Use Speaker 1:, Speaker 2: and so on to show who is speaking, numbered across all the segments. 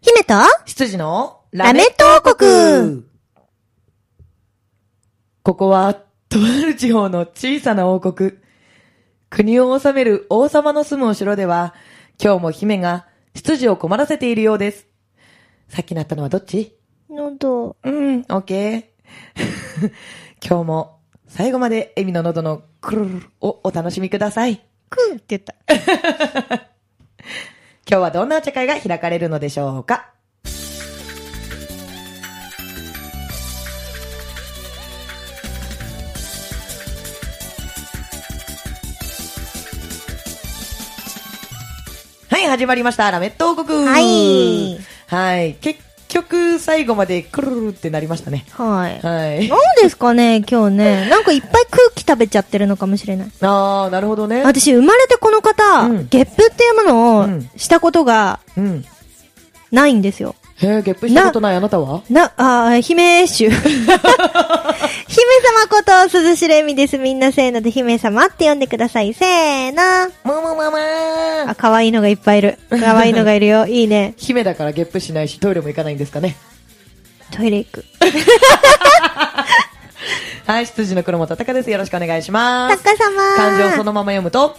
Speaker 1: 姫と
Speaker 2: 羊の
Speaker 1: ラメット王国
Speaker 2: ここは、とある地方の小さな王国。国を治める王様の住むお城では、今日も姫が執事を困らせているようです。さっきなったのはどっち
Speaker 1: 喉。
Speaker 2: うん、オッケー。 今日も最後までエミの喉のクルルルをお楽しみください。
Speaker 1: くんって言った。
Speaker 2: 今日はどんなお茶会が開かれるのでしょうかはい、始まりました。ラメット王国。
Speaker 1: はい。
Speaker 2: はい。結局、最後までくるるるってなりましたね。
Speaker 1: はい。
Speaker 2: はい。
Speaker 1: なんですかね、今日ね。なんかいっぱい空気食べちゃってるのかもしれない。
Speaker 2: ああ、なるほどね。
Speaker 1: 私、生まれてこの方、
Speaker 2: うん
Speaker 1: ゲップっていうも
Speaker 2: う
Speaker 1: のを
Speaker 2: ん
Speaker 1: したことが
Speaker 2: うん。
Speaker 1: ないんですよ。
Speaker 2: へえ、ゲップしたことないあなたは
Speaker 1: な、あー、姫 衆。姫様こと、鈴しれみです。みんなせーので、姫様って呼んでください。せーの。
Speaker 2: もももも
Speaker 1: あ、可愛いのがいっぱいいる。可愛いのがいる よ。いいね。
Speaker 2: 姫だからゲップしないし、トイレも行かないんですかね。
Speaker 1: トイレ行く。
Speaker 2: はい、羊の黒本隆です。よろしくお願いしま
Speaker 1: タ
Speaker 2: す。
Speaker 1: カ様。
Speaker 2: 漢字をそのまま読むと、ムママ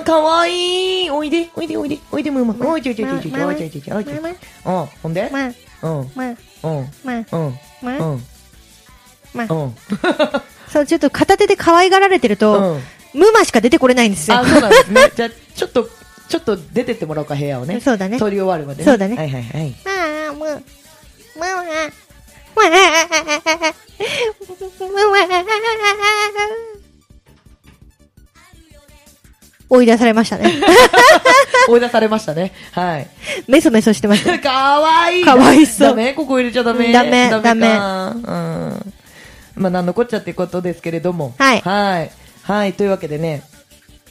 Speaker 2: あ、かわいい。おいで、おいで、おいで、おいで、ムマ。おいちょいちょいちょいちょいちょい、おいちょいちょいちょい、おいちょいちょい。うん、ほんで
Speaker 1: まあ、
Speaker 2: うん、うん、
Speaker 1: まあ、
Speaker 2: うん、
Speaker 1: まあ、
Speaker 2: うん、
Speaker 1: ま
Speaker 2: う
Speaker 1: あ、
Speaker 2: ん、
Speaker 1: まあ
Speaker 2: う。ん。
Speaker 1: そう、ちょっと片手で可愛がられてると、ムマしか出てこれないんですよ
Speaker 2: あ、。そうなんですね。じゃあ、ちょっと、ちょっと出てってもらおうか、部屋をね。
Speaker 1: そうだね
Speaker 2: 通り終わるまで
Speaker 1: そうだね
Speaker 2: はいはいはい。
Speaker 1: まあ、む、まあ、まあ、まあ、追い出されましたね。
Speaker 2: 追い出されましたね。はい。
Speaker 1: メソメソしてました。
Speaker 2: かわいい。
Speaker 1: かわいそう
Speaker 2: ダメここ入れちゃダメ。
Speaker 1: ダメ
Speaker 2: ダメか。うん。まあ、なんのこっちゃってことですけれども。
Speaker 1: はい
Speaker 2: はい。はい。というわけでね、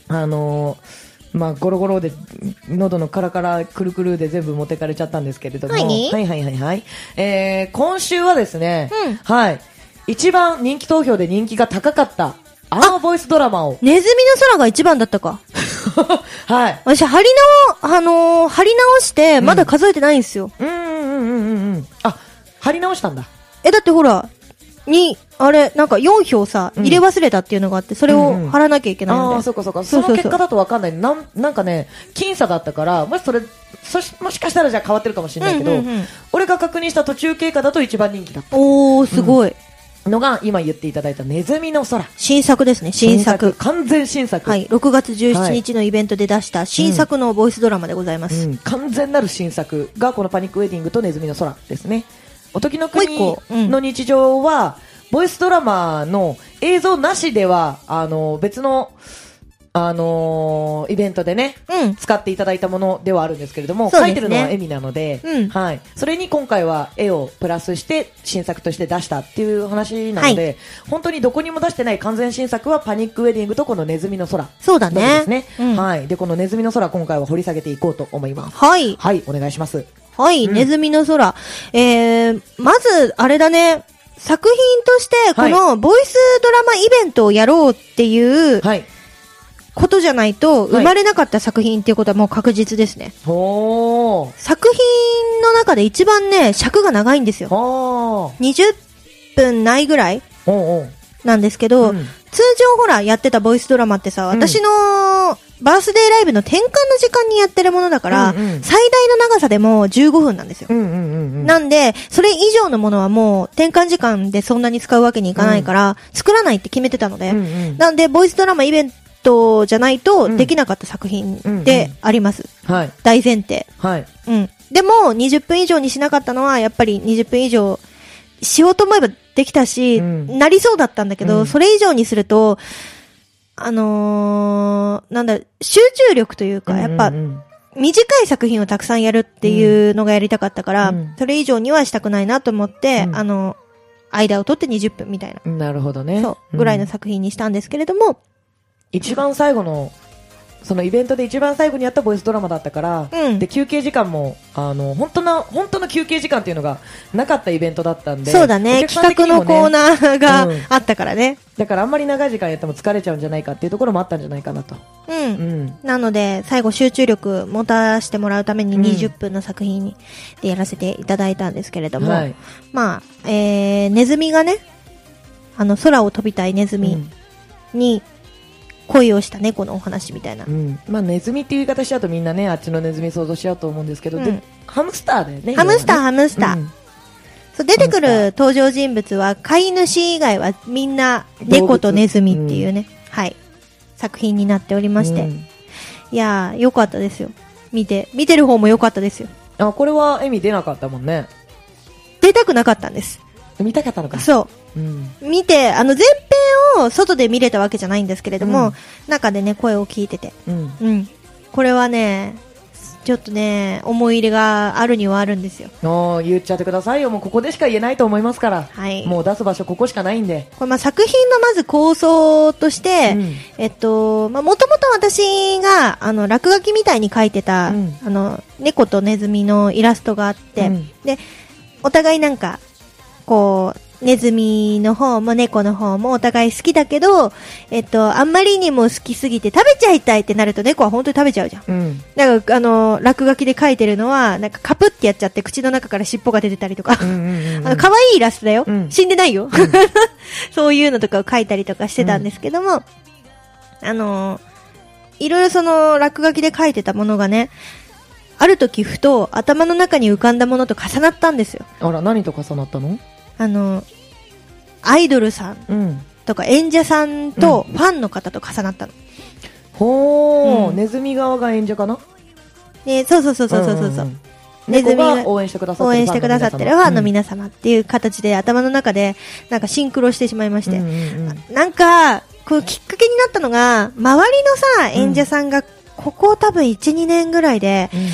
Speaker 2: あのーまあ、ゴロゴロで、喉のカラカラ、くるくるで全部持ってかれちゃったんですけれども。
Speaker 1: 何
Speaker 2: はいはいはいはい。えー、今週はですね、
Speaker 1: うん
Speaker 2: はい。一番人気投票で人気が高かった、あのボイスドラマを。
Speaker 1: ネズミの空が一番だったか。
Speaker 2: はい。
Speaker 1: 私、張り直、あのー、張り直して、まだ数えてないんですよ。
Speaker 2: うんうんうんうんうん。あ、貼り直したんだ。
Speaker 1: え、だってほら、に、あれ、なんか4票さ、
Speaker 2: うん
Speaker 1: 入れ忘れたっていうのがあって、それを貼らなきゃいけないので。
Speaker 2: ああー、そうかそうか。
Speaker 1: そ
Speaker 2: そうの
Speaker 1: そうそう
Speaker 2: 結果だとわかんない。なん、なんかね、僅差だったから、もしそれ、そし、もしかしたらじゃあ変わってるかもしれないけど、
Speaker 1: うんうんうん
Speaker 2: 俺が確認した途中経過だと一番人気だっ
Speaker 1: おー、すごい。
Speaker 2: たのが、今言っていただいたネズミの空。
Speaker 1: 新作ですね、新作。
Speaker 2: 完全新作。
Speaker 1: はい、6月17日のイベントで出した新作のボイスドラマでございま
Speaker 2: う
Speaker 1: す。
Speaker 2: ん、完全なる新作がこの「パニックウェディング」と「ネズミの空」ですね。おときの国
Speaker 1: もう一個うん
Speaker 2: の日常は、ボイスドラマの映像なしでは、あの、別の、あのーイベントでね、
Speaker 1: うん
Speaker 2: 使っていただいたものではあるんですけれども、
Speaker 1: そう
Speaker 2: 書
Speaker 1: ですね
Speaker 2: いてるのは絵美なので、
Speaker 1: うん
Speaker 2: はい。それに今回は絵をプラスして新作として出したっていう話なので、本当にどこにも出してない完全新作はパニックウェディングとこのネズミの空。
Speaker 1: そうだね
Speaker 2: ですね。
Speaker 1: うん
Speaker 2: はい。で、このネズミの空今回は掘り下げていこうと思います。
Speaker 1: はい、
Speaker 2: はい、お願いします。
Speaker 1: はい、ネズミの空。えー、まず、あれだね、作品として、このボイスドラマイベントをやろうっていう
Speaker 2: はい。
Speaker 1: ことじゃないと、
Speaker 2: はい
Speaker 1: 生まれなかった作品っていうことはもう確実ですね。
Speaker 2: ほー。
Speaker 1: 作品の中で一番ね、尺が長いんですよ。
Speaker 2: ほー。
Speaker 1: 20分ないぐらい
Speaker 2: おう
Speaker 1: なんですけ
Speaker 2: お
Speaker 1: ど、
Speaker 2: う。うん
Speaker 1: 通常ほらやってたボイスドラマってさ、
Speaker 2: うん
Speaker 1: 私のバースデーライブの転換の時間にやってるものだから、
Speaker 2: うんうん
Speaker 1: 最大の長さでも15分なんですよ。
Speaker 2: うんうんうんうん。
Speaker 1: なんで、それ以上のものはもう転換時間でそんなに使うわけにいかないから、作らないって決めてたので、
Speaker 2: うんうん
Speaker 1: なんで、ボイスドラマイベントじゃないと
Speaker 2: うん
Speaker 1: できなかった作品であります。
Speaker 2: はい。
Speaker 1: 大前提。
Speaker 2: はい。
Speaker 1: うん。でも、20分以上にしなかったのは、やっぱり20分以上、しようと思えばできたし、
Speaker 2: うん
Speaker 1: なりそうだったんだけど、
Speaker 2: うん
Speaker 1: それ以上にすると、あのーなんだ、集中力というか、やっぱ
Speaker 2: うん、うん
Speaker 1: 短い作品をたくさんやるっていうのがやりたかったから、
Speaker 2: うん
Speaker 1: それ以上にはしたくないなと思って、
Speaker 2: うん
Speaker 1: あの、間を取って20分みたいな、
Speaker 2: うんなるほどね。
Speaker 1: そう、ぐらいの
Speaker 2: ん
Speaker 1: 作品にしたんですけれども、
Speaker 2: 一番最後の、そのイベントで一番最後にやったボイスドラマだったから、
Speaker 1: うん
Speaker 2: で、休憩時間も、あの、本当の、本当の休憩時間っていうのがなかったイベントだったんで。
Speaker 1: そうだね、
Speaker 2: お客さ
Speaker 1: 企
Speaker 2: ん的
Speaker 1: 画
Speaker 2: にも
Speaker 1: の
Speaker 2: ね
Speaker 1: コーナーが
Speaker 2: うん
Speaker 1: あったからね。
Speaker 2: だからあんまり長い時間やっても疲れちゃうんじゃないかっていうところもあったんじゃないかなと。
Speaker 1: う。
Speaker 2: うんん。
Speaker 1: なので、最後集中力持たせてもらうために
Speaker 2: うん
Speaker 1: 20分の作品でやらせていただいたんですけれども、
Speaker 2: はい
Speaker 1: まあ、えー、ネズミがね、あの、空を飛びたいネズ
Speaker 2: う
Speaker 1: ミ
Speaker 2: ん
Speaker 1: に恋をした猫のお話みたいな。
Speaker 2: うんまあ、ネズミっていう言い方しちゃうとみんなね、あっちのネズミ想像しちゃうと思うんですけど、
Speaker 1: うん
Speaker 2: でハムスターだよね。
Speaker 1: ハムスター、
Speaker 2: 要はね
Speaker 1: ハムスター。
Speaker 2: うん
Speaker 1: そう出てくる登場人物は飼い主以外はみんな猫とネズミっていうね、はい、作品になっておりまして、
Speaker 2: う
Speaker 1: い
Speaker 2: ん
Speaker 1: やー、良かったですよ。見て、見てる方も良かったですよ。
Speaker 2: あ、これはエミ出なかったもんね。
Speaker 1: 出たくなかったんです。
Speaker 2: 見たかったのか。
Speaker 1: そ
Speaker 2: うん。
Speaker 1: う。見て、あの、前編を外で見れたわけじゃないんですけれども、
Speaker 2: うん
Speaker 1: 中でね、声を聞いてて。
Speaker 2: うん。
Speaker 1: うん。これはね、ちょっとね、思い入れがあるにはあるんですよ。
Speaker 2: もう言っちゃってくださいよ。もうここでしか言えないと思いますから。
Speaker 1: はい。
Speaker 2: もう出す場所ここしかないんで。
Speaker 1: これまあ作品のまず構想として、
Speaker 2: うん
Speaker 1: えっと、まあ、もともと私が、あの、落書きみたいに描いてた、
Speaker 2: うん
Speaker 1: あの、猫とネズミのイラストがあって、
Speaker 2: うん
Speaker 1: で、お互いなんか、こう、ネズミの方も猫の方もお互い好きだけど、えっと、あんまりにも好きすぎて食べちゃいたいってなると猫は本当に食べちゃうじゃん。
Speaker 2: うん。
Speaker 1: なんか、あの、落書きで描いてるのは、なんかカプってやっちゃって口の中から尻尾が出てたりとか、
Speaker 2: うんうんうんうん。
Speaker 1: あの、可愛いイラストだよ。
Speaker 2: うん
Speaker 1: 死んでないよ。そういうのとかを描いたりとかしてたんですけども、あのーいろいろその落書きで描いてたものがね、ある時ふと頭の中に浮かんだものと重なったんですよ。
Speaker 2: あら、何と重なったの
Speaker 1: あのーアイドルさん
Speaker 2: うん。
Speaker 1: とか演者さんとファンの方と重なったの。
Speaker 2: ほー、
Speaker 1: うん
Speaker 2: ネズミ側が演者かな
Speaker 1: ね、そうそうそうそうそうそう。
Speaker 2: んんん
Speaker 1: ネズミが
Speaker 2: 猫が応援してくださっ
Speaker 1: 応
Speaker 2: てる
Speaker 1: 援してくださってるファンの
Speaker 2: な
Speaker 1: 皆様っていう形で頭の中でなんかシンクロしてしまいまして。
Speaker 2: うんうんうん
Speaker 1: なんか、こうきっかけになったのが、周りのさ、演者さんが、ここ多分1、2年ぐらいで、
Speaker 2: うん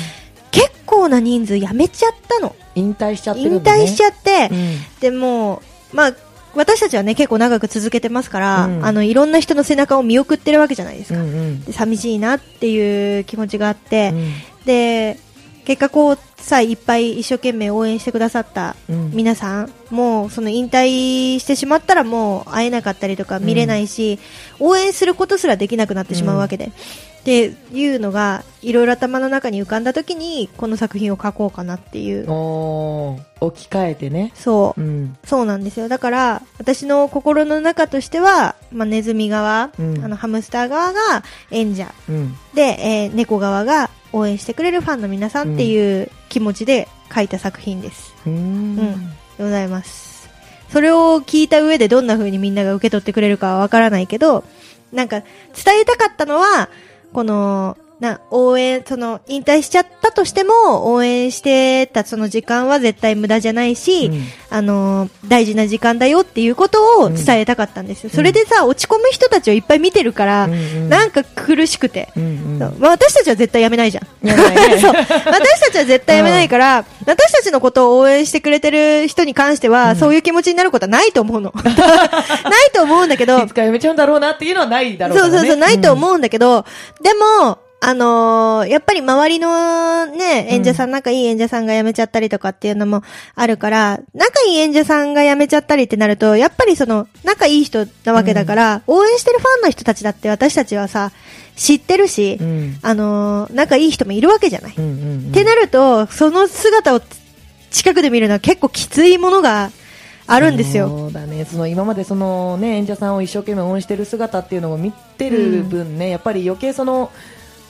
Speaker 1: 結構な人数辞めちゃったの。
Speaker 2: 引退しちゃってる
Speaker 1: 引
Speaker 2: んだね
Speaker 1: 退しちゃって、
Speaker 2: うん
Speaker 1: でもう、まあ、私たちはね、結構長く続けてますから、
Speaker 2: うん
Speaker 1: あの、いろんな人の背中を見送ってるわけじゃないです
Speaker 2: う
Speaker 1: か。
Speaker 2: んうん
Speaker 1: で寂しいなっていう気持ちがあって、
Speaker 2: うん
Speaker 1: で、結果こう、さ、いっぱい一生懸命応援してくださった
Speaker 2: うん
Speaker 1: 皆さん、もうその引退してしまったらもう会えなかったりとか見れないし、応援することすらできなくなってしまうわけで、っていうのがいろいろ頭の中に浮かんだ時にこの作品を書こうかなっていう
Speaker 2: おー置き換えてね
Speaker 1: そう、
Speaker 2: うん
Speaker 1: そうなんですよだから私の心の中としては、まあ、ネズミ側、
Speaker 2: うん
Speaker 1: あのハムスター側が演者
Speaker 2: うん
Speaker 1: で、えー猫側が応援してくれるファンの皆さんっていう気持ちで書いた作品です、
Speaker 2: うーん
Speaker 1: うんございます。それを聞いた上でどんな風にみんなが受け取ってくれるかはわからないけど、なんか伝えたかったのは、この、な、応援、その、引退しちゃったとしても、応援してたその時間は絶対無駄じゃないし、
Speaker 2: うん
Speaker 1: あのー大事な時間だよっていうことを伝えたかったんですよ。
Speaker 2: うん
Speaker 1: それでさ、落ち込む人たちをいっぱい見てるから、
Speaker 2: うんうん
Speaker 1: なんか苦しくて。
Speaker 2: うんう
Speaker 1: そうんまあ私たちは絶対やめないじゃん。
Speaker 2: やばい ね
Speaker 1: そう 私たちは絶対やめないから、私たちのことを応援してくれてる人に関しては、
Speaker 2: うん
Speaker 1: そういう気持ちになることはないと 思うの。ないと思うんだけど、
Speaker 2: いつかやめちゃうんだろうなっていうのはないだろうか
Speaker 1: そう
Speaker 2: らね
Speaker 1: そうそう、ないと思うんだけど、でも、あのーやっぱり周りのね、演者さん、仲いい演者さんが辞めちゃったりとかっていうのもあるから、仲いい演者さんが辞めちゃったりってなると、やっぱりその、仲いい人なわけだから、応援してるファンの人たちだって私たちはさ、知ってるし、
Speaker 2: うん
Speaker 1: あのー仲いい人もいるわけじゃない。
Speaker 2: うんうんうん
Speaker 1: ってなると、その姿をつ近くで見るのは結構きついものがあるんですよ。
Speaker 2: そうだね、その今までその、ね、演者さんを一生懸命応援してる姿っていうのを見てる分ね、やっぱり余計その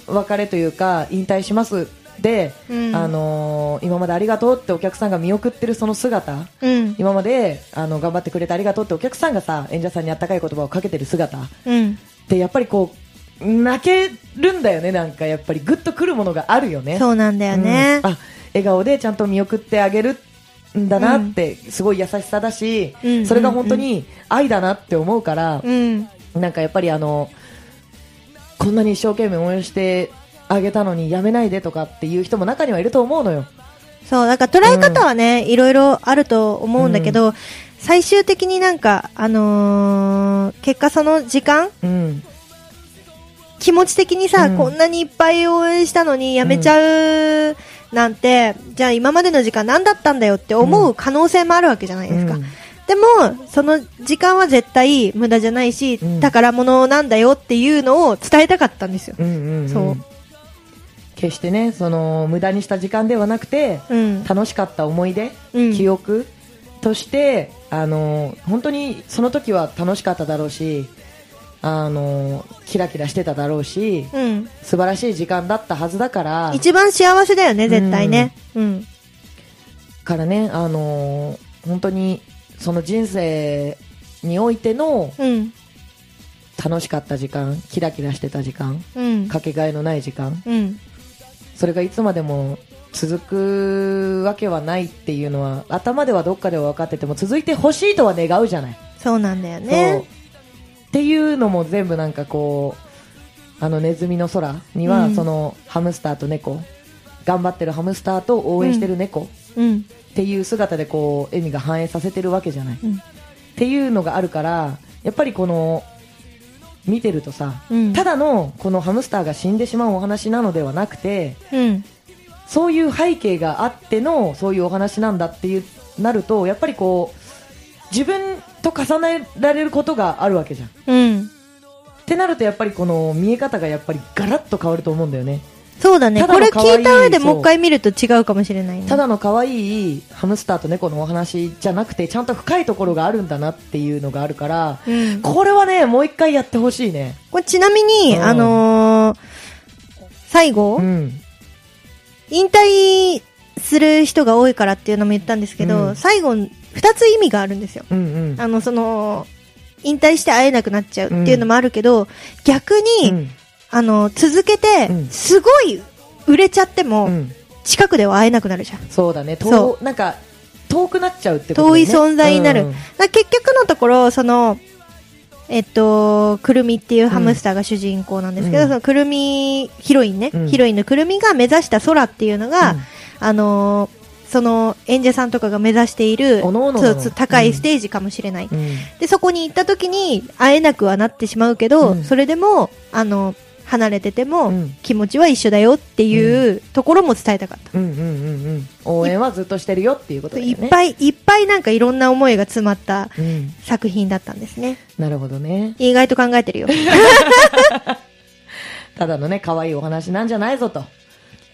Speaker 2: 別れというか、引退しますで、
Speaker 1: うん
Speaker 2: あのー今までありがとうってお客さんが見送ってるその姿、
Speaker 1: うん。
Speaker 2: 今まであの頑張ってくれてありがとうってお客さんがさ演者さんにあったかい言葉をかけてる姿
Speaker 1: うん。
Speaker 2: でやっぱりこう泣けるんだよね、なんかやっぱりグッとくるものがあるよね。
Speaker 1: そうなんだよね
Speaker 2: う。んあ笑顔でちゃんと見送ってあげるんだなって、すごい優しさだし、
Speaker 1: うん
Speaker 2: それが本当に愛だなって思うから、
Speaker 1: うん。
Speaker 2: なんかやっぱりあのこんなに一生懸命応援してあげたのにやめないでとかっていう人も中にはいると思うのよ。
Speaker 1: そう、だから捉え方はね、いろいろあると思うんだけど、最終的になんか、あのー結果その時間
Speaker 2: うん、
Speaker 1: 気持ち的にさ、
Speaker 2: うん
Speaker 1: こんなにいっぱい応援したのにやめちゃうなんて、じゃあ今までの時間何だったんだよって思う可能性もあるわけじゃないですか。
Speaker 2: うん
Speaker 1: でも、その時間は絶対無駄じゃないし、
Speaker 2: うん
Speaker 1: 宝物なんだよっていうのを伝えたかったんですよ。
Speaker 2: うんうんうん
Speaker 1: そう
Speaker 2: 決してねその無駄にした時間ではなくて、
Speaker 1: うん。
Speaker 2: 楽しかった思い出、
Speaker 1: うん
Speaker 2: 記憶としてあの本当にその時は楽しかっただろうしあのキラキラしてただろうし、
Speaker 1: うん。
Speaker 2: 素晴らしい時間だったはずだから
Speaker 1: 一番幸せだよね、絶対ね。うん。
Speaker 2: からねあの本当にその人生においての
Speaker 1: うん。
Speaker 2: 楽しかった時間キラキラしてた時間
Speaker 1: うん。
Speaker 2: かけがえのない時間
Speaker 1: うん。
Speaker 2: それがいつまでも続くわけはないっていうのは頭ではどっかでは分かってても続いてほしいとは願うじゃない、
Speaker 1: そうなんだよ
Speaker 2: そう
Speaker 1: ね。
Speaker 2: っていうのも全部なんかこうあのネズミの空には、
Speaker 1: うん
Speaker 2: そのハムスターと猫頑張ってるハムスターと応援してる猫、
Speaker 1: うん。
Speaker 2: っていう姿でこう笑みが反映させてるわけじゃない、
Speaker 1: うん
Speaker 2: っていうのがあるからやっぱりこの見てるとさ、
Speaker 1: うん
Speaker 2: ただのこのハムスターが死んでしまうお話なのではなくて
Speaker 1: うん。
Speaker 2: そういう背景があってのそういうお話なんだっていうなるとやっぱりこう自分と重ねられることがあるわけじゃん。っ
Speaker 1: うん。
Speaker 2: てなるとやっぱりこの見え方がやっぱりガラッと変わると思うんだよね。
Speaker 1: そうだね。
Speaker 2: ただ
Speaker 1: こ
Speaker 2: の
Speaker 1: れ
Speaker 2: 可愛い
Speaker 1: 聞いた上で
Speaker 2: そう
Speaker 1: もう一回見ると違うかもしれないね。
Speaker 2: ただの可愛いハムスターと猫のお話じゃなくてちゃんと深いところがあるんだなっていうのがあるから、
Speaker 1: うん
Speaker 2: これはねもう一回やってほしいね、
Speaker 1: これちなみに、
Speaker 2: うん
Speaker 1: あのー最後、
Speaker 2: うん、
Speaker 1: 引退する人が多いからっていうのも言ったんですけど、
Speaker 2: うん
Speaker 1: 最後、二つ意味があるんですよ。
Speaker 2: うんうん
Speaker 1: あの、その、引退して会えなくなっちゃうっていうのもあるけど、逆に、
Speaker 2: うん
Speaker 1: あの、続けて
Speaker 2: うん、
Speaker 1: すごい売れちゃっても、
Speaker 2: うん
Speaker 1: 近くでは会えなくなるじゃん。
Speaker 2: そうだね
Speaker 1: そ
Speaker 2: 遠なんか遠くなっちゃうってこ
Speaker 1: 遠
Speaker 2: とだ
Speaker 1: い
Speaker 2: よね
Speaker 1: 存在になる。
Speaker 2: うん
Speaker 1: だ結局のところ、その、えっと、くるみっていうハムスターが主人公なんですけど、
Speaker 2: うん
Speaker 1: そのくるみ、ヒロインね、
Speaker 2: うん
Speaker 1: ヒロインのくるみが目指した空っていうのが、
Speaker 2: うん
Speaker 1: あのーその演者さんとかが目指している、
Speaker 2: おのおのの
Speaker 1: そうそう高いステージかもしれない。
Speaker 2: うん
Speaker 1: で、そこに行った時に会えなくはなってしまうけど、
Speaker 2: うん
Speaker 1: それでも、あの、離れてても、
Speaker 2: うん
Speaker 1: 気持ちは一緒だよっていうところも伝えたかった。
Speaker 2: うんうんうんうん応援はずっとしてるよっていうことだよね
Speaker 1: いっぱいいっぱいなんかいろんな思いが詰まった
Speaker 2: うん、
Speaker 1: 作品だったんですね。
Speaker 2: なるほどね
Speaker 1: 意外と考えて るよ。
Speaker 2: ただのね可愛いお話なんじゃないぞと、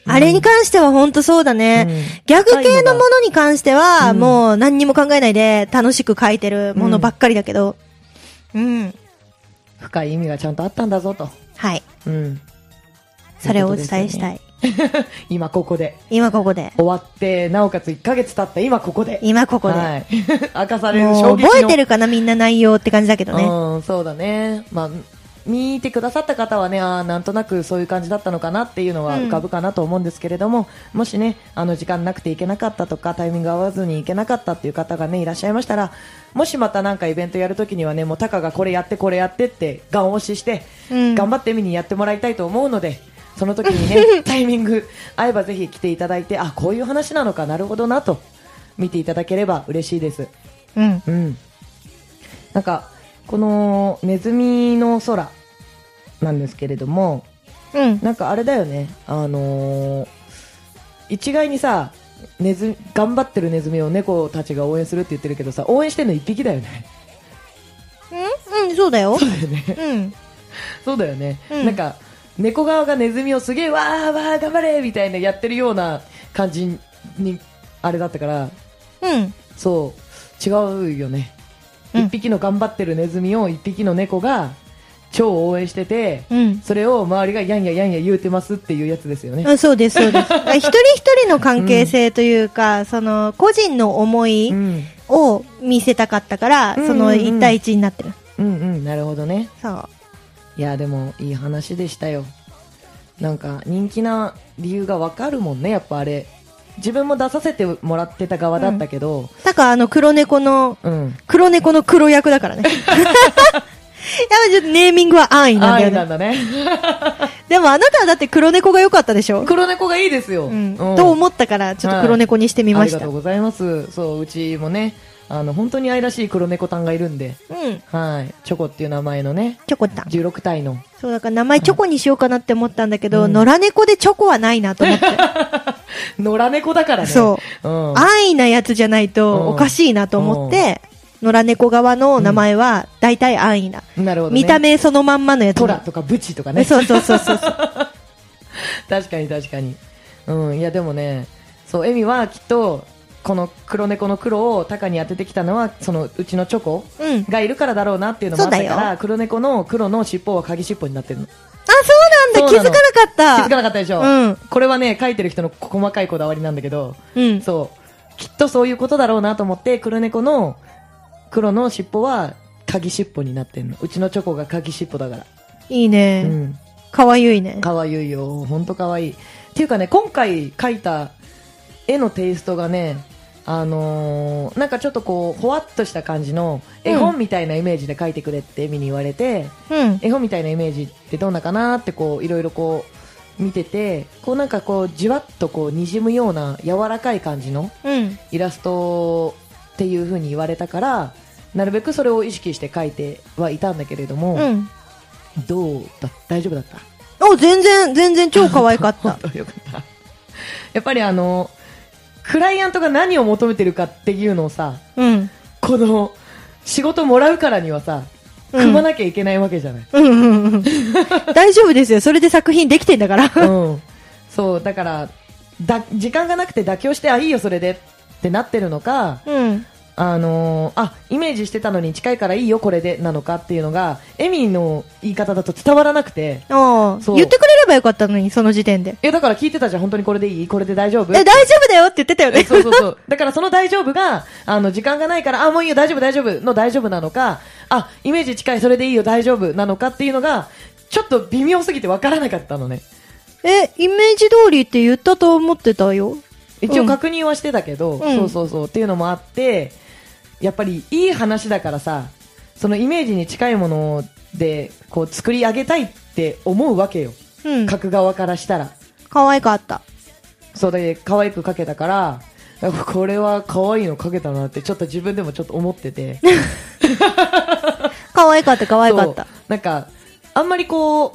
Speaker 1: あれに関しては本当そうだね。
Speaker 2: うん
Speaker 1: ギャグ系のものに関しては、
Speaker 2: うん
Speaker 1: もう何にも考えないで楽しく書いてるものばっかりだけど、うん。
Speaker 2: 深い意味がちゃんとあったんだぞと、
Speaker 1: はい。
Speaker 2: うん、
Speaker 1: それをお伝えしたい。
Speaker 2: 今ここで
Speaker 1: 今ここで。
Speaker 2: 終わってなおかつ1ヶ月経った今ここで
Speaker 1: 今ここで。
Speaker 2: はい、 明かされる
Speaker 1: も
Speaker 2: 衝
Speaker 1: う
Speaker 2: 撃の
Speaker 1: 覚えてるかなみんな内容って感じだけどね。
Speaker 2: うん、そうだね。まあ、見てくださった方はね、あーなんとなくそういう感じだったのかなっていうのは
Speaker 1: うん
Speaker 2: 浮かぶかなと思うんですけれども、もしね、あの時間なくて行けなかったとか、タイミング合わずに行けなかったっていう方がね、いらっしゃいましたら、もしまたなんかイベントやるときにはね、もうタカがこれやってこれやってって、ガン押しして、
Speaker 1: うん
Speaker 2: 頑張って見にやってもらいたいと思うので、その時に ね、タイミング合えばぜひ来ていただいて、あ、こういう話なのか、なるほどなと、見ていただければ嬉しいです。
Speaker 1: うん。
Speaker 2: うん。なんか、このネズミの空なんですけれども、
Speaker 1: うん。
Speaker 2: なんかあれだよね、あのー一概にさ、ネズミ頑張ってるネズミを猫たちが応援するって言ってるけどさ、応援してるの一匹だよ ね。
Speaker 1: うん、うん、そうだよ。うん。
Speaker 2: そうだよね。
Speaker 1: うん
Speaker 2: なんか、猫側がネズミをすげえ、わーわー頑張れみたいなやってるような感じに、あれだったから、
Speaker 1: うん。
Speaker 2: そう、違うよね。
Speaker 1: う
Speaker 2: 一、
Speaker 1: ん
Speaker 2: 匹の頑張ってるネズミを一匹の猫が超応援してて、
Speaker 1: うん。
Speaker 2: それを周りがやんややんや言うてますっていうやつですよね。
Speaker 1: あそうです、そう です。あ一人一人の関係性というか、その、個人の思い
Speaker 2: うん、
Speaker 1: を見せたかったから、
Speaker 2: うん
Speaker 1: その一対一になってる。
Speaker 2: うん、うん、なるほどね。
Speaker 1: そう。
Speaker 2: いや、でもいい話でしたよ。なんか人気な理由がわかるもんね、やっぱあれ。自分も出させてもらってた側だったけど、
Speaker 1: だからあの黒猫の、
Speaker 2: うん。
Speaker 1: 黒猫の黒役だ からね。やっぱちょっとネーミングは安易なん
Speaker 2: あ
Speaker 1: だ
Speaker 2: あ、
Speaker 1: よ
Speaker 2: な
Speaker 1: ね。
Speaker 2: んだね。
Speaker 1: でもあなたはだって黒猫が良かったでしょ
Speaker 2: 黒猫がいいですよ。
Speaker 1: うん。と思ったから、ちょっと黒猫にしてみまし
Speaker 2: あり
Speaker 1: た。
Speaker 2: がとう
Speaker 1: う
Speaker 2: ございます。そう、うちもね、あの、本当に愛らしい黒猫たんがいるんで、
Speaker 1: ん。
Speaker 2: はい。チョコっていう名前のね、
Speaker 1: チョコタン。
Speaker 2: 16体の。
Speaker 1: そう、だから名前チョコにしようかなって思ったんだけ
Speaker 2: う
Speaker 1: ど、
Speaker 2: ん
Speaker 1: 野良猫でチョコはないなと 思って。
Speaker 2: 野良猫だからね。。
Speaker 1: そう
Speaker 2: うん。
Speaker 1: 安易なやつじゃないうと
Speaker 2: ん
Speaker 1: おかしいなと思って、野良猫側の名前は、大体安易な。
Speaker 2: なるほど、ね。
Speaker 1: 見た目そのまんまのやつ。
Speaker 2: トラとかブチとかね。
Speaker 1: そうそうそうそうそう。
Speaker 2: 確かに確かに。うん、いやでもね、そう、エミはきっと、この黒猫の黒をタカに当ててきたのは、そのうちのチョコ
Speaker 1: うん。あ、
Speaker 2: がいるからだろうなっていうのもあったか
Speaker 1: そうだ
Speaker 2: ら、黒猫の黒の尻尾は鍵尻尾になってるの。気
Speaker 1: そうなんだ気
Speaker 2: そう
Speaker 1: づ
Speaker 2: なの
Speaker 1: かなかった
Speaker 2: づかなかったでしょ
Speaker 1: うん
Speaker 2: これはね、書いてる人の細かいこだわりなんだけど、
Speaker 1: うん。
Speaker 2: そう、きっとそういうことだろうなと思って、黒猫の黒の尻尾は鍵尻尾になってんの。うちのチョコが鍵尻尾だから。
Speaker 1: いいうね。
Speaker 2: ん。
Speaker 1: かわゆいね。
Speaker 2: かわいいよ。ほんとかわいい。っていうかね、今回描いた絵のテイストがね、あのーなんかちょっとこう、ほわっとした感じの絵本みたいなイメージで描いてくれってエミに言われて、
Speaker 1: うん。
Speaker 2: 絵本みたいなイメージってどんなかなってこう、いろいろこう、見てて、こうなんかこう、じわっとこう、にじむような柔らかい感じの
Speaker 1: うん。
Speaker 2: イラストっていう風に言われたから、なるべくそれを意識して描いてはいたんだけれども、
Speaker 1: うん。
Speaker 2: どうだ大丈夫だった
Speaker 1: お、全然、全然超可愛かった。
Speaker 2: 本当よかった。やっぱりあの、クライアントが何を求めてるかっていうのをさ、
Speaker 1: うん。
Speaker 2: この、仕事もらうからにはさ、
Speaker 1: うん
Speaker 2: 組まなきゃいけないわけじゃない。
Speaker 1: うんうん うん。大丈夫ですよ。それで作品できてんだから。
Speaker 2: うん。そう、だから、だ、時間がなくて妥協して、あ、いいよ、それで。ってなってるのか、
Speaker 1: うん。
Speaker 2: あのーあ、イメージしてたのに近いからいいよ、これで、なのかっていうのが、エミの言い方だと伝わらなくて、
Speaker 1: ああ。
Speaker 2: そう
Speaker 1: 言ってくれればよかったのに、その時点で。
Speaker 2: え、だから聞いてたじゃん、本当にこれでいいこれで大丈夫
Speaker 1: え、大丈夫だよって言ってたよね。
Speaker 2: そうそうそう。だからその大丈夫が、あの、時間がないから、あ、もういいよ、大丈夫、大丈夫の大丈夫なのか、あ、イメージ近い、それでいいよ、大丈夫なのかっていうのが、ちょっと微妙すぎてわからなかったのね。
Speaker 1: え、イメージ通りって言ったと思ってたよ。
Speaker 2: 一
Speaker 1: う
Speaker 2: 応
Speaker 1: ん
Speaker 2: 確認はしてたけど、
Speaker 1: うん
Speaker 2: そうそうそうっていうのもあって、やっぱりいい話だからさ、そのイメージに近いもので、こう作り上げたいって思うわけよ。
Speaker 1: うん。
Speaker 2: 書く側からしたら。
Speaker 1: 可愛かった。
Speaker 2: そうで、可愛く書けたから、これは可愛いの書けたなって、ちょっと自分でもちょっと思ってて。
Speaker 1: 可愛かった、可愛かった
Speaker 2: そう。なんか、あんまりこう、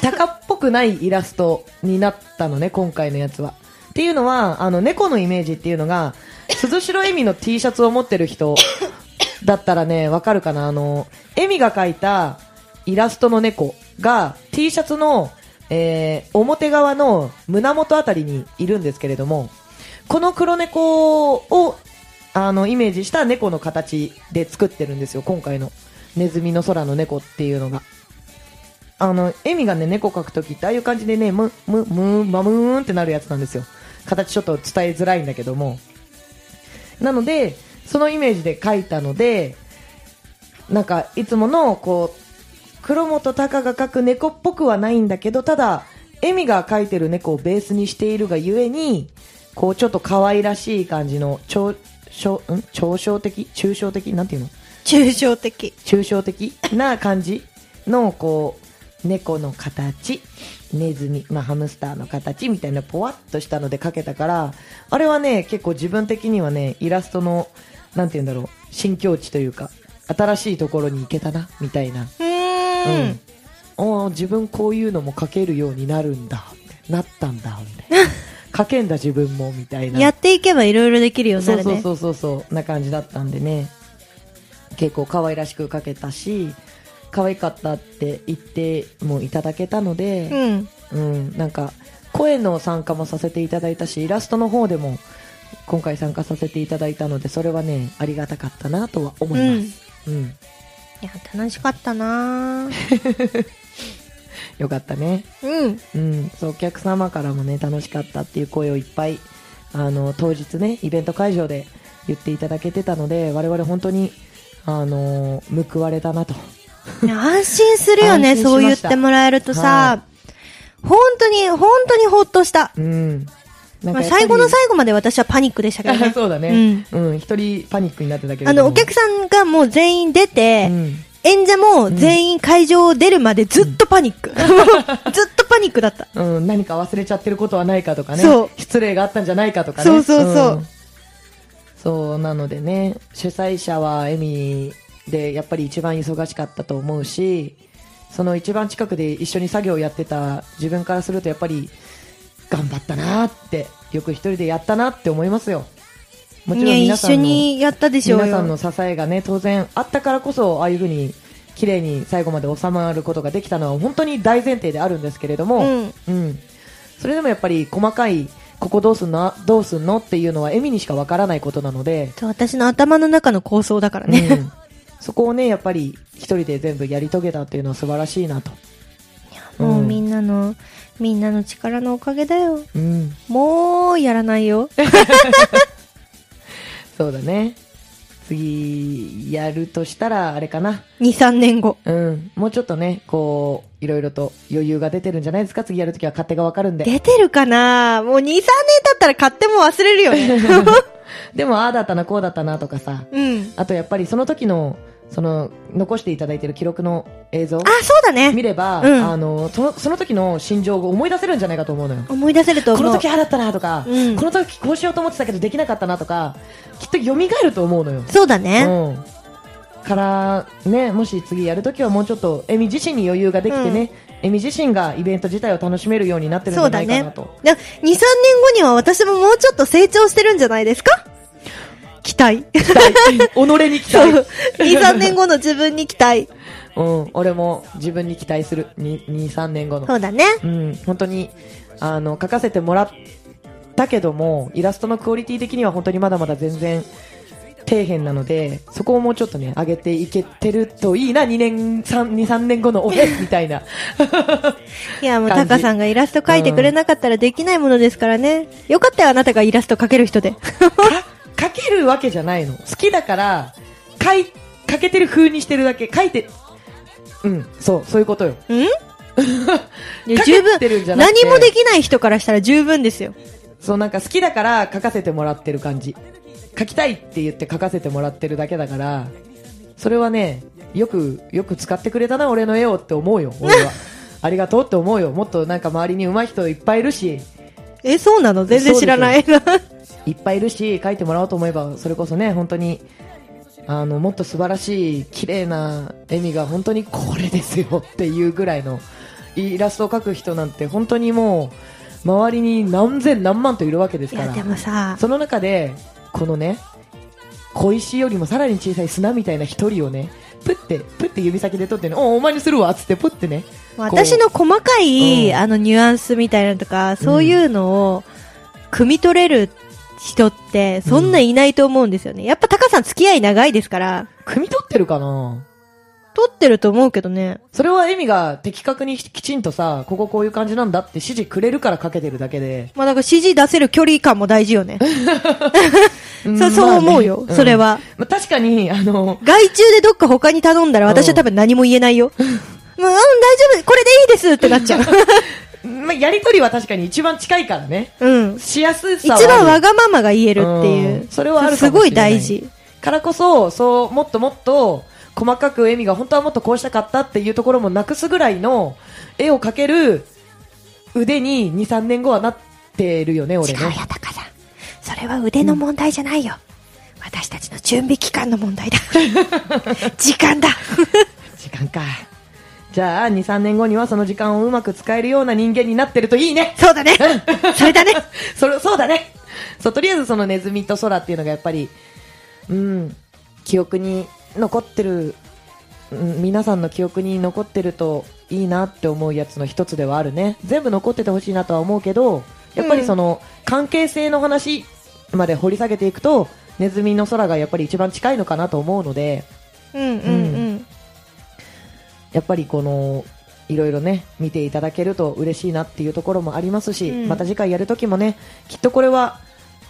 Speaker 2: 鷹っぽくないイラストになったのね、今回のやつは。っていうのは、あの、猫のイメージっていうのが、鈴代エミの T シャツを持ってる人 だったらね、わかるかなあの、エミが描いたイラストの猫が T シャツの、えー表側の胸元あたりにいるんですけれども、この黒猫を、あの、イメージした猫の形で作ってるんですよ、今回の。ネズミの空の猫っていうのが。あの、エミがね、猫描くときって、ああいう感じでね、む、む、む、まむーんってなるやつなんですよ。形ちょっと伝えづらいんだけども。なので、そのイメージで描いたので、なんか、いつもの、こう、黒本隆が描く猫っぽくはないんだけど、ただ、エミが描いてる猫をベースにしているがゆえに、こう、ちょっと可愛らしい感じの、超、超、ん抽象的抽象的なんていうの
Speaker 1: 抽象的。
Speaker 2: 抽象的な感じのこう猫の形ネズミ、まあ、ハムスターの形みたいなポワッとしたので描けたからあれはね結構自分的にはねイラストのなんて言うんだろう新境地というか新しいところに行けたなみたいな、
Speaker 1: うーん。
Speaker 2: おー自分こういうのも描けるようになるんだなったんだみたい な描けんだ自分もみたいな
Speaker 1: やっていけばいろいろできるようになる
Speaker 2: そうそう
Speaker 1: ね。
Speaker 2: そうそうそうな感じだったんでね結構可愛らしく描けたし可愛かったって言ってもいただけたの
Speaker 1: う
Speaker 2: で、
Speaker 1: ん。
Speaker 2: うんなんか声の参加もさせていただいたしイラストの方でも今回参加させていただいたのでそれはねありがたかったなとは思います、うん
Speaker 1: いや、楽しかったな ぁ
Speaker 2: よかったね、
Speaker 1: うん。
Speaker 2: うん、そうお客様からもね楽しかったっていう声をいっぱいあの当日ねイベント会場で言っていただけてたので我々本当にあの報われたなと
Speaker 1: 安心するよね、
Speaker 2: 安心しました
Speaker 1: そう言ってもらえるとさ
Speaker 2: は。
Speaker 1: 本当に、本当にほっとした。
Speaker 2: うんな
Speaker 1: ま
Speaker 2: んか
Speaker 1: あ
Speaker 2: やっぱ
Speaker 1: 最
Speaker 2: り
Speaker 1: 後の最後まで私はパニックでしたけどね。
Speaker 2: そうだねうん一人パニックになってたけれ
Speaker 1: あ
Speaker 2: ども
Speaker 1: の、お客さんがもう全員出て、
Speaker 2: うん
Speaker 1: 演者も全員会場を出るまでずっとパニッ ク。ずっとパニックだった。
Speaker 2: うん、何か忘れちゃってることはないかとかね
Speaker 1: そう
Speaker 2: 失礼があったんじゃないかとかね
Speaker 1: そうそうそうん
Speaker 2: そうなのでね主催者はエミでやっぱり一番忙しかったと思うしその一番近くで一緒に作業をやってた自分からするとやっぱり頑張ったなーってよく一人でやったなって思いますよもちろん
Speaker 1: ね、
Speaker 2: 皆
Speaker 1: 一
Speaker 2: さん
Speaker 1: 緒
Speaker 2: の、
Speaker 1: にやったでしょう
Speaker 2: 皆さん
Speaker 1: よ。
Speaker 2: の支えがね、当然あったからこそ、ああいうふうに、綺麗に最後まで収まることができたのは、本当に大前提であるんですけれども、
Speaker 1: うん
Speaker 2: それでもやっぱり細かい、ここどうすんの、どうすんのっていうのは、エミにしかわからないことなので、
Speaker 1: そう私の頭の中の構想だからね。
Speaker 2: うんそこをね、やっぱり一人で全部やり遂げたっていうのは素晴らしいなと。うん
Speaker 1: もうみんなの、みんなの力のおかげだよ。
Speaker 2: うん、
Speaker 1: もうやらない よ。
Speaker 2: そうだね。次、やるとしたら、あれかな。
Speaker 1: 2、3年後。
Speaker 2: うん、もうちょっとね、こう、いろいろと余裕が出てるんじゃないですか、次やるときは勝手がわかるんで。
Speaker 1: 出てるかなもう2、3年経ったら買っても忘れるよ ね。
Speaker 2: でも、ああだったな、こうだったなとかさ、
Speaker 1: うん。
Speaker 2: あとやっぱりその時の、その、残していただいてる記録の映像
Speaker 1: あ、そうだね。
Speaker 2: 見れば、
Speaker 1: うん
Speaker 2: あのその、その時の心情を思い出せるんじゃないかと思うのよ。
Speaker 1: 思い出せると
Speaker 2: こ
Speaker 1: 思う。
Speaker 2: の時ああだったなとか、
Speaker 1: うん
Speaker 2: この時こうしようと思ってたけどできなかったなとか、きっと蘇ると思うのよ。
Speaker 1: そうだね。
Speaker 2: うん、から、ね、もし次やるときはもうちょっと、エミ自身に余裕ができてね、エミ自身がイベント自体を楽しめるようになってるんじ
Speaker 1: そ
Speaker 2: ゃ
Speaker 1: う
Speaker 2: な
Speaker 1: だ
Speaker 2: いか
Speaker 1: ね。
Speaker 2: な
Speaker 1: だ
Speaker 2: と。
Speaker 1: 2、3年後には私ももうちょっと成長してるんじゃないですか期待。
Speaker 2: 己に期
Speaker 1: そう。
Speaker 2: 待。
Speaker 1: 2、3年後の自分に期待。
Speaker 2: うん、俺も自分に期待する。2、2 3年後の
Speaker 1: そ。うだね。
Speaker 2: うん、本当に、あの、書かせてもらったけども、イラストのクオリティ的には本当にまだまだ全然、底辺なので、そこをもうちょっとね、上げていけてるといいな、2年、3、2、3年後の 俺、みたいな。
Speaker 1: いや、もう、
Speaker 2: 感じ
Speaker 1: タカさんがイラスト描いてくれなかったらできないものですからね。よかったよ、あなたがイラスト描ける人で。
Speaker 2: か、書けるわけじゃないの。好きだから、書い、書けてる風にしてるだけ、書いて、うん、そう、そういうことよ。
Speaker 1: んいや
Speaker 2: か
Speaker 1: 十
Speaker 2: け
Speaker 1: 分
Speaker 2: てるんじゃなくて
Speaker 1: 何もできない人からしたら十分ですよ。
Speaker 2: そう、なんか好きだから書かせてもらってる感じ。書きたいって言って書かせてもらってるだけだから、それはね、よく、よく使ってくれたな、俺の絵をって思う よ、俺は。ありがとうって思うよ。もっとなんか周りに上手い人いっぱいいるし、
Speaker 1: え、そうなの全然知らない。
Speaker 2: いっぱいいるし、書いてもらおうと思えば、それこそね、本当に、あの、もっと素晴らしい、綺麗な笑みが本当にこれですよっていうぐらいの、イラストを描く人なんて本当にもう、周りに何千何万といるわけ で
Speaker 1: い
Speaker 2: すか
Speaker 1: や、
Speaker 2: ら
Speaker 1: で。もさ、
Speaker 2: その中で、このね、小石よりもさらに小さい砂みたいな一人をね、プって、プって指先で取ってね、おお前にするわっつってプってね。
Speaker 1: 私の細かい、
Speaker 2: うん
Speaker 1: あの、ニュアンスみたいなのとか、そういうのを、汲み取れる人って、そんないないと思うんですよね。やっぱタカさん付き合い長いですから、
Speaker 2: こう、汲み取ってるかな
Speaker 1: 取ってると思うけどね。
Speaker 2: それはエミが的確にきちんとさ、こここういう感じなんだって指示くれるからかけてるだけで。
Speaker 1: まあ、だから指示出せる距離感も大事よね。そう、そう思うよ、
Speaker 2: まあね
Speaker 1: それ。は。
Speaker 2: うんまあ確かに、あの、
Speaker 1: 外注でどっか他に頼んだら私は多分何も言えないよ。もう、うん、大丈夫、これでいいですってなっちゃう。
Speaker 2: まあ、やりとりは確かに一番近いからね。
Speaker 1: うん。
Speaker 2: しやす
Speaker 1: 一
Speaker 2: さはある。
Speaker 1: 番わがままが言えるっていう。
Speaker 2: んそれはあるかもしれな
Speaker 1: す
Speaker 2: い
Speaker 1: ごい大事。
Speaker 2: からこそ、そう、もっともっと、細かくエミが本当はもっとこうしたかったっていうところもなくすぐらいの絵を描ける腕に2、3年後はなってるよね、俺
Speaker 1: 違うよ
Speaker 2: ね。、
Speaker 1: タカさん。それは腕の問題じゃないよ。私たちの準備期間の問題 だ。時間だ。
Speaker 2: 時間か。じゃあ、2、3年後にはその時間をうまく使えるような人間になってるといいね。
Speaker 1: そうだね。それだ ね。
Speaker 2: それ、そうだね。そう、とりあえずそのネズミと空っていうのがやっぱり、うん、記憶に残ってる、うん、皆さんの記憶に残ってるといいなって思うやつの一つではあるね。全部残っててほしいなとは思うけど、やっぱりその、関係性の話まで掘り下げていくと、ネズミの空がやっぱり一番近いのかなと思うので、
Speaker 1: うんうんうん。
Speaker 2: やっぱりこの、いろいろね、見ていただけると嬉しいなっていうところもありますし、
Speaker 1: うん
Speaker 2: また次回やるときもね、きっとこれは、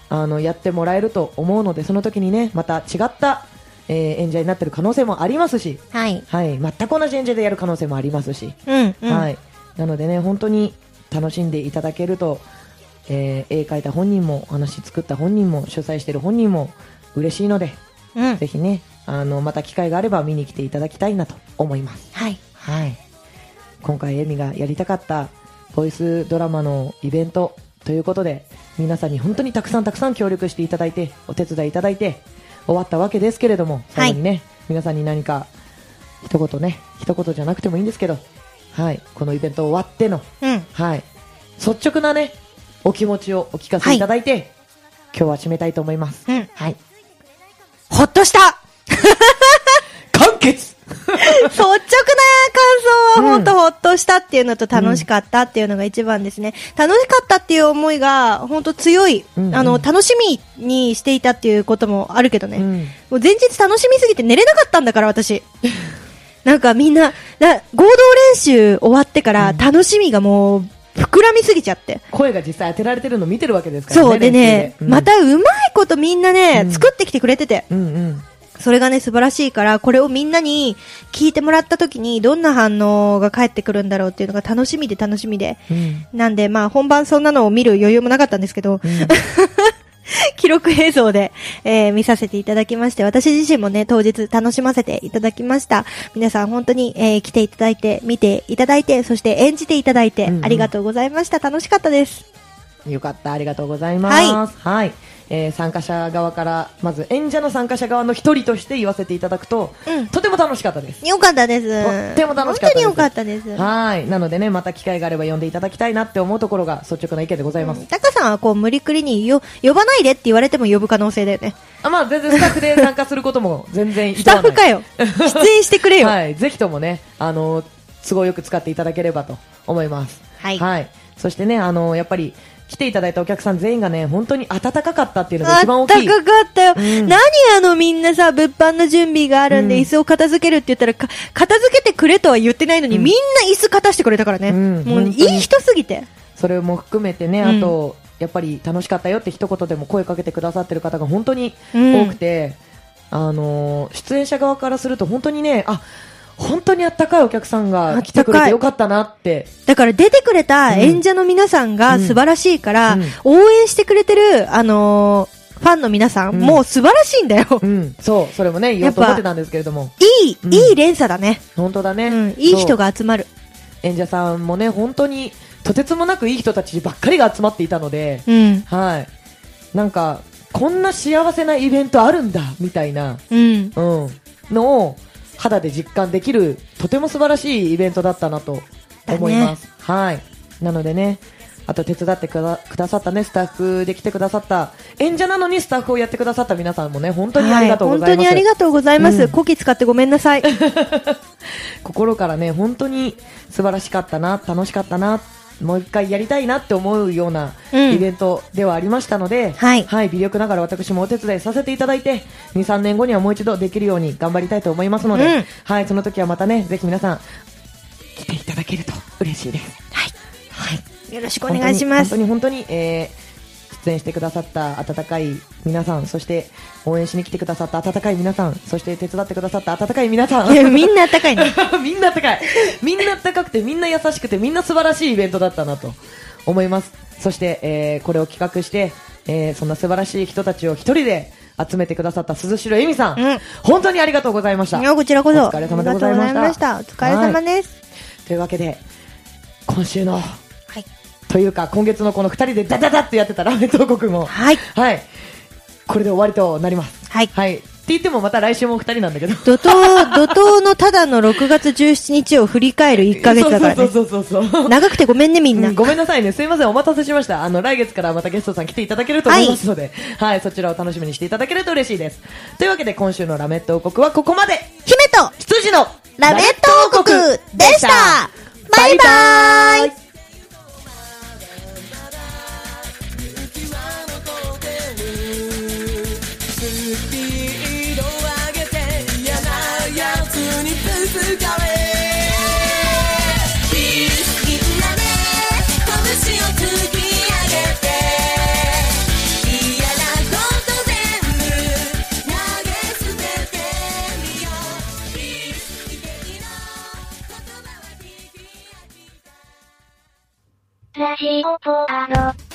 Speaker 2: あの、やってもらえると思うので、その時にね、また違った、えー演者になってる可能性もありますし、
Speaker 1: はい。
Speaker 2: はい、全く同じ演者でやる可能性もありますし、
Speaker 1: うん、うん。
Speaker 2: はい。なのでね、本当に楽しんでいただけると、えー絵描いた本人も、お話作った本人も、主催してる本人も嬉しいので、
Speaker 1: うん。
Speaker 2: ぜひね、あの、また機会があれば見に来ていただきたいなと思います。
Speaker 1: はい。
Speaker 2: はい。今回、エミがやりたかった、ボイスドラマのイベントということで、皆さんに本当にたくさんたくさん協力していただいて、お手伝いいただいて、終わったわけですけれども、最後にね、皆さんに何か、一言ね、一言じゃなくてもいいんですけど、はい、このイベント終わっての、
Speaker 1: うん。
Speaker 2: はい、率直なね、お気持ちをお聞かせいただいて、今日は締めたいと思います。
Speaker 1: うん
Speaker 2: はい。
Speaker 1: ほっとした
Speaker 2: 完結
Speaker 1: 率直な感想は
Speaker 2: う
Speaker 1: ほ
Speaker 2: ん
Speaker 1: んとほっとしたっていうのと楽しかったっていうのが一番ですね。楽しかったっていう思いが本当強い、
Speaker 2: うんうん
Speaker 1: あの、楽しみにしていたっていうこともあるけどね。
Speaker 2: うん
Speaker 1: もう前日楽しみすぎて寝れなかったんだから 私。なんかみんな、な合同練習終わってから楽しみがもう膨らみすぎちゃって。
Speaker 2: 声が実際当てられてるの見てるわけですからね。
Speaker 1: そうでね
Speaker 2: 練、習で
Speaker 1: ま、たうまいことみんなね、
Speaker 2: うん
Speaker 1: 作ってきてくれてて。
Speaker 2: うん、うんうん。
Speaker 1: それがね、素晴らしいから、これをみんなに聞いてもらった時に、どんな反応が返ってくるんだろうっていうのが楽しみで楽しみで。
Speaker 2: うん
Speaker 1: なんで、まあ、本番そんなのを見る余裕もなかったんですけど、 記録映像で、えー見させていただきまして、私自身もね、当日楽しませていただきました。皆さん本当に、えー来ていただいて、見ていただいて、そして演じていただいて、
Speaker 2: うんうん
Speaker 1: ありがとうございました。楽しかったです。
Speaker 2: よかった、ありがとうございます。はい。えー参加者側から、まず演者の参加者側の一人として言わせていただくと、
Speaker 1: うん
Speaker 2: とても楽しかったです。
Speaker 1: よかったです。
Speaker 2: とっても楽しかった
Speaker 1: 本当
Speaker 2: です
Speaker 1: によかったです。
Speaker 2: はい。なのでね、また機会があれば呼んでいただきたいなって思うところが率直な意見でございます。
Speaker 1: タカさんはこう無理くりによ呼ばないでって言われても呼ぶ可能性だよね。
Speaker 2: あまあ、全然スタッフで参加することも 全然い
Speaker 1: スタッフか
Speaker 2: よ。
Speaker 1: よ。出演してくれよ。
Speaker 2: はい。ぜひともね、あの、都合よく使っていただければと思います。
Speaker 1: はい
Speaker 2: そしてね、あの、やっぱり、来ていただいたお客さん全員がね、本当に温かかったっていうのが
Speaker 1: あ
Speaker 2: 一番
Speaker 1: っ
Speaker 2: 大
Speaker 1: た
Speaker 2: きい。
Speaker 1: かかったよ。
Speaker 2: うん
Speaker 1: 何あのみんなさ、物販の準備があるんで
Speaker 2: うん
Speaker 1: 椅子を片付けるって言ったら、か片付けてくれとは言ってないのに、
Speaker 2: うん
Speaker 1: みんな椅子片してくれたからね。
Speaker 2: うん
Speaker 1: もう
Speaker 2: 本当に
Speaker 1: いい人すぎて。
Speaker 2: それも含めてね、
Speaker 1: うん
Speaker 2: あと、やっぱり楽しかったよって一言でも声かけてくださってる方が本当に
Speaker 1: うん
Speaker 2: 多くて、あのー出演者側からすると本当にね、あ本当にあったかいお客さん
Speaker 1: あったかい
Speaker 2: が来てくれてよかったなって、
Speaker 1: だから出てくれた演者の皆さんが
Speaker 2: うん
Speaker 1: 素晴らしいから、
Speaker 2: うん
Speaker 1: 応援してくれてる、あのーファンの皆さん、
Speaker 2: うん
Speaker 1: もう素晴らしいんだよ。
Speaker 2: うん、そう、それもね、言おうと思ってたんですけれども、
Speaker 1: いい、
Speaker 2: うん
Speaker 1: いい連鎖だね。
Speaker 2: 本当だね、
Speaker 1: うん、いい
Speaker 2: そ
Speaker 1: 人
Speaker 2: う
Speaker 1: が集まる。
Speaker 2: 演者さんもね、本当にとてつもなくいい人たちばっかりが集まっていたので、
Speaker 1: うん。
Speaker 2: はい、なんか、こんな幸せなイベントあるんだみたいな。
Speaker 1: うん。
Speaker 2: うん、のを肌で実感できるとても素晴らしいイベントだったなと思います、はいなのでねあと手伝ってくだくださったねスタッフで来てくださった演者なのにスタッフをやってくださった皆さんもね本当にありがとうございます、
Speaker 1: はい本当にありがとうございます。
Speaker 2: うん
Speaker 1: コキ使ってごめんなさい。
Speaker 2: 心からね本当に素晴らしかったな楽しかったなもう一回やりたいなって思うような
Speaker 1: うん
Speaker 2: イベントではありましたので、
Speaker 1: はい
Speaker 2: 微力ながら私もお手伝いさせていただいて23年後にはもう一度できるように頑張りたいと思いますので、
Speaker 1: うん
Speaker 2: はいその時はまたねぜひ皆さん来ていただけると嬉しいです
Speaker 1: はい。
Speaker 2: はい
Speaker 1: よろしくお願いします。
Speaker 2: 本当に本当に本当に、えー出演してくださった温かい皆さんそして応援しに来てくださった温かい皆さんそして手伝ってくださった温かい皆さん
Speaker 1: いや みんなあったかいね。
Speaker 2: みんなあったかい。みんなあったかくて、みんな優しくて、みんな素晴らしいイベントだったなと思います。そして、えーこれを企画して、えーそんな素晴らしい人たちを一人で集めてくださった鈴代恵美さん,、
Speaker 1: うん
Speaker 2: 本当にありがとうございました。
Speaker 1: いやこちらこそ。
Speaker 2: お疲れ様でございま
Speaker 1: あ
Speaker 2: した
Speaker 1: りがとうございました。お疲れ様です。
Speaker 2: というわけで、今週の、
Speaker 1: はい。
Speaker 2: というか今月のこの二人でダダダってやってたラーメン東国も、
Speaker 1: はい。
Speaker 2: はい。これで終わりとなります。
Speaker 1: はい
Speaker 2: はい。って言ってもまた来週もお二人なんだけど。
Speaker 1: 怒涛、怒涛のただの6月17日を振り返る1ヶ月だから
Speaker 2: そう
Speaker 1: ね。
Speaker 2: そうそうそうそう。
Speaker 1: 長くてごめんねみんな。
Speaker 2: うんごめんなさいね。すいません。お待たせしました。あの、来月からまたゲストさん来ていただけると思いますので、はい、そちらを楽しみにしていただけると嬉しいです。というわけで、今週のラメット王国はここまで
Speaker 1: 姫と
Speaker 2: 羊の
Speaker 1: ラメット王国でしたバイバーイ
Speaker 3: みんなで拳を突き上げて嫌なこと全部投げ捨ててみよう奇跡の言葉は聞き飽きた
Speaker 4: ラジオポアド。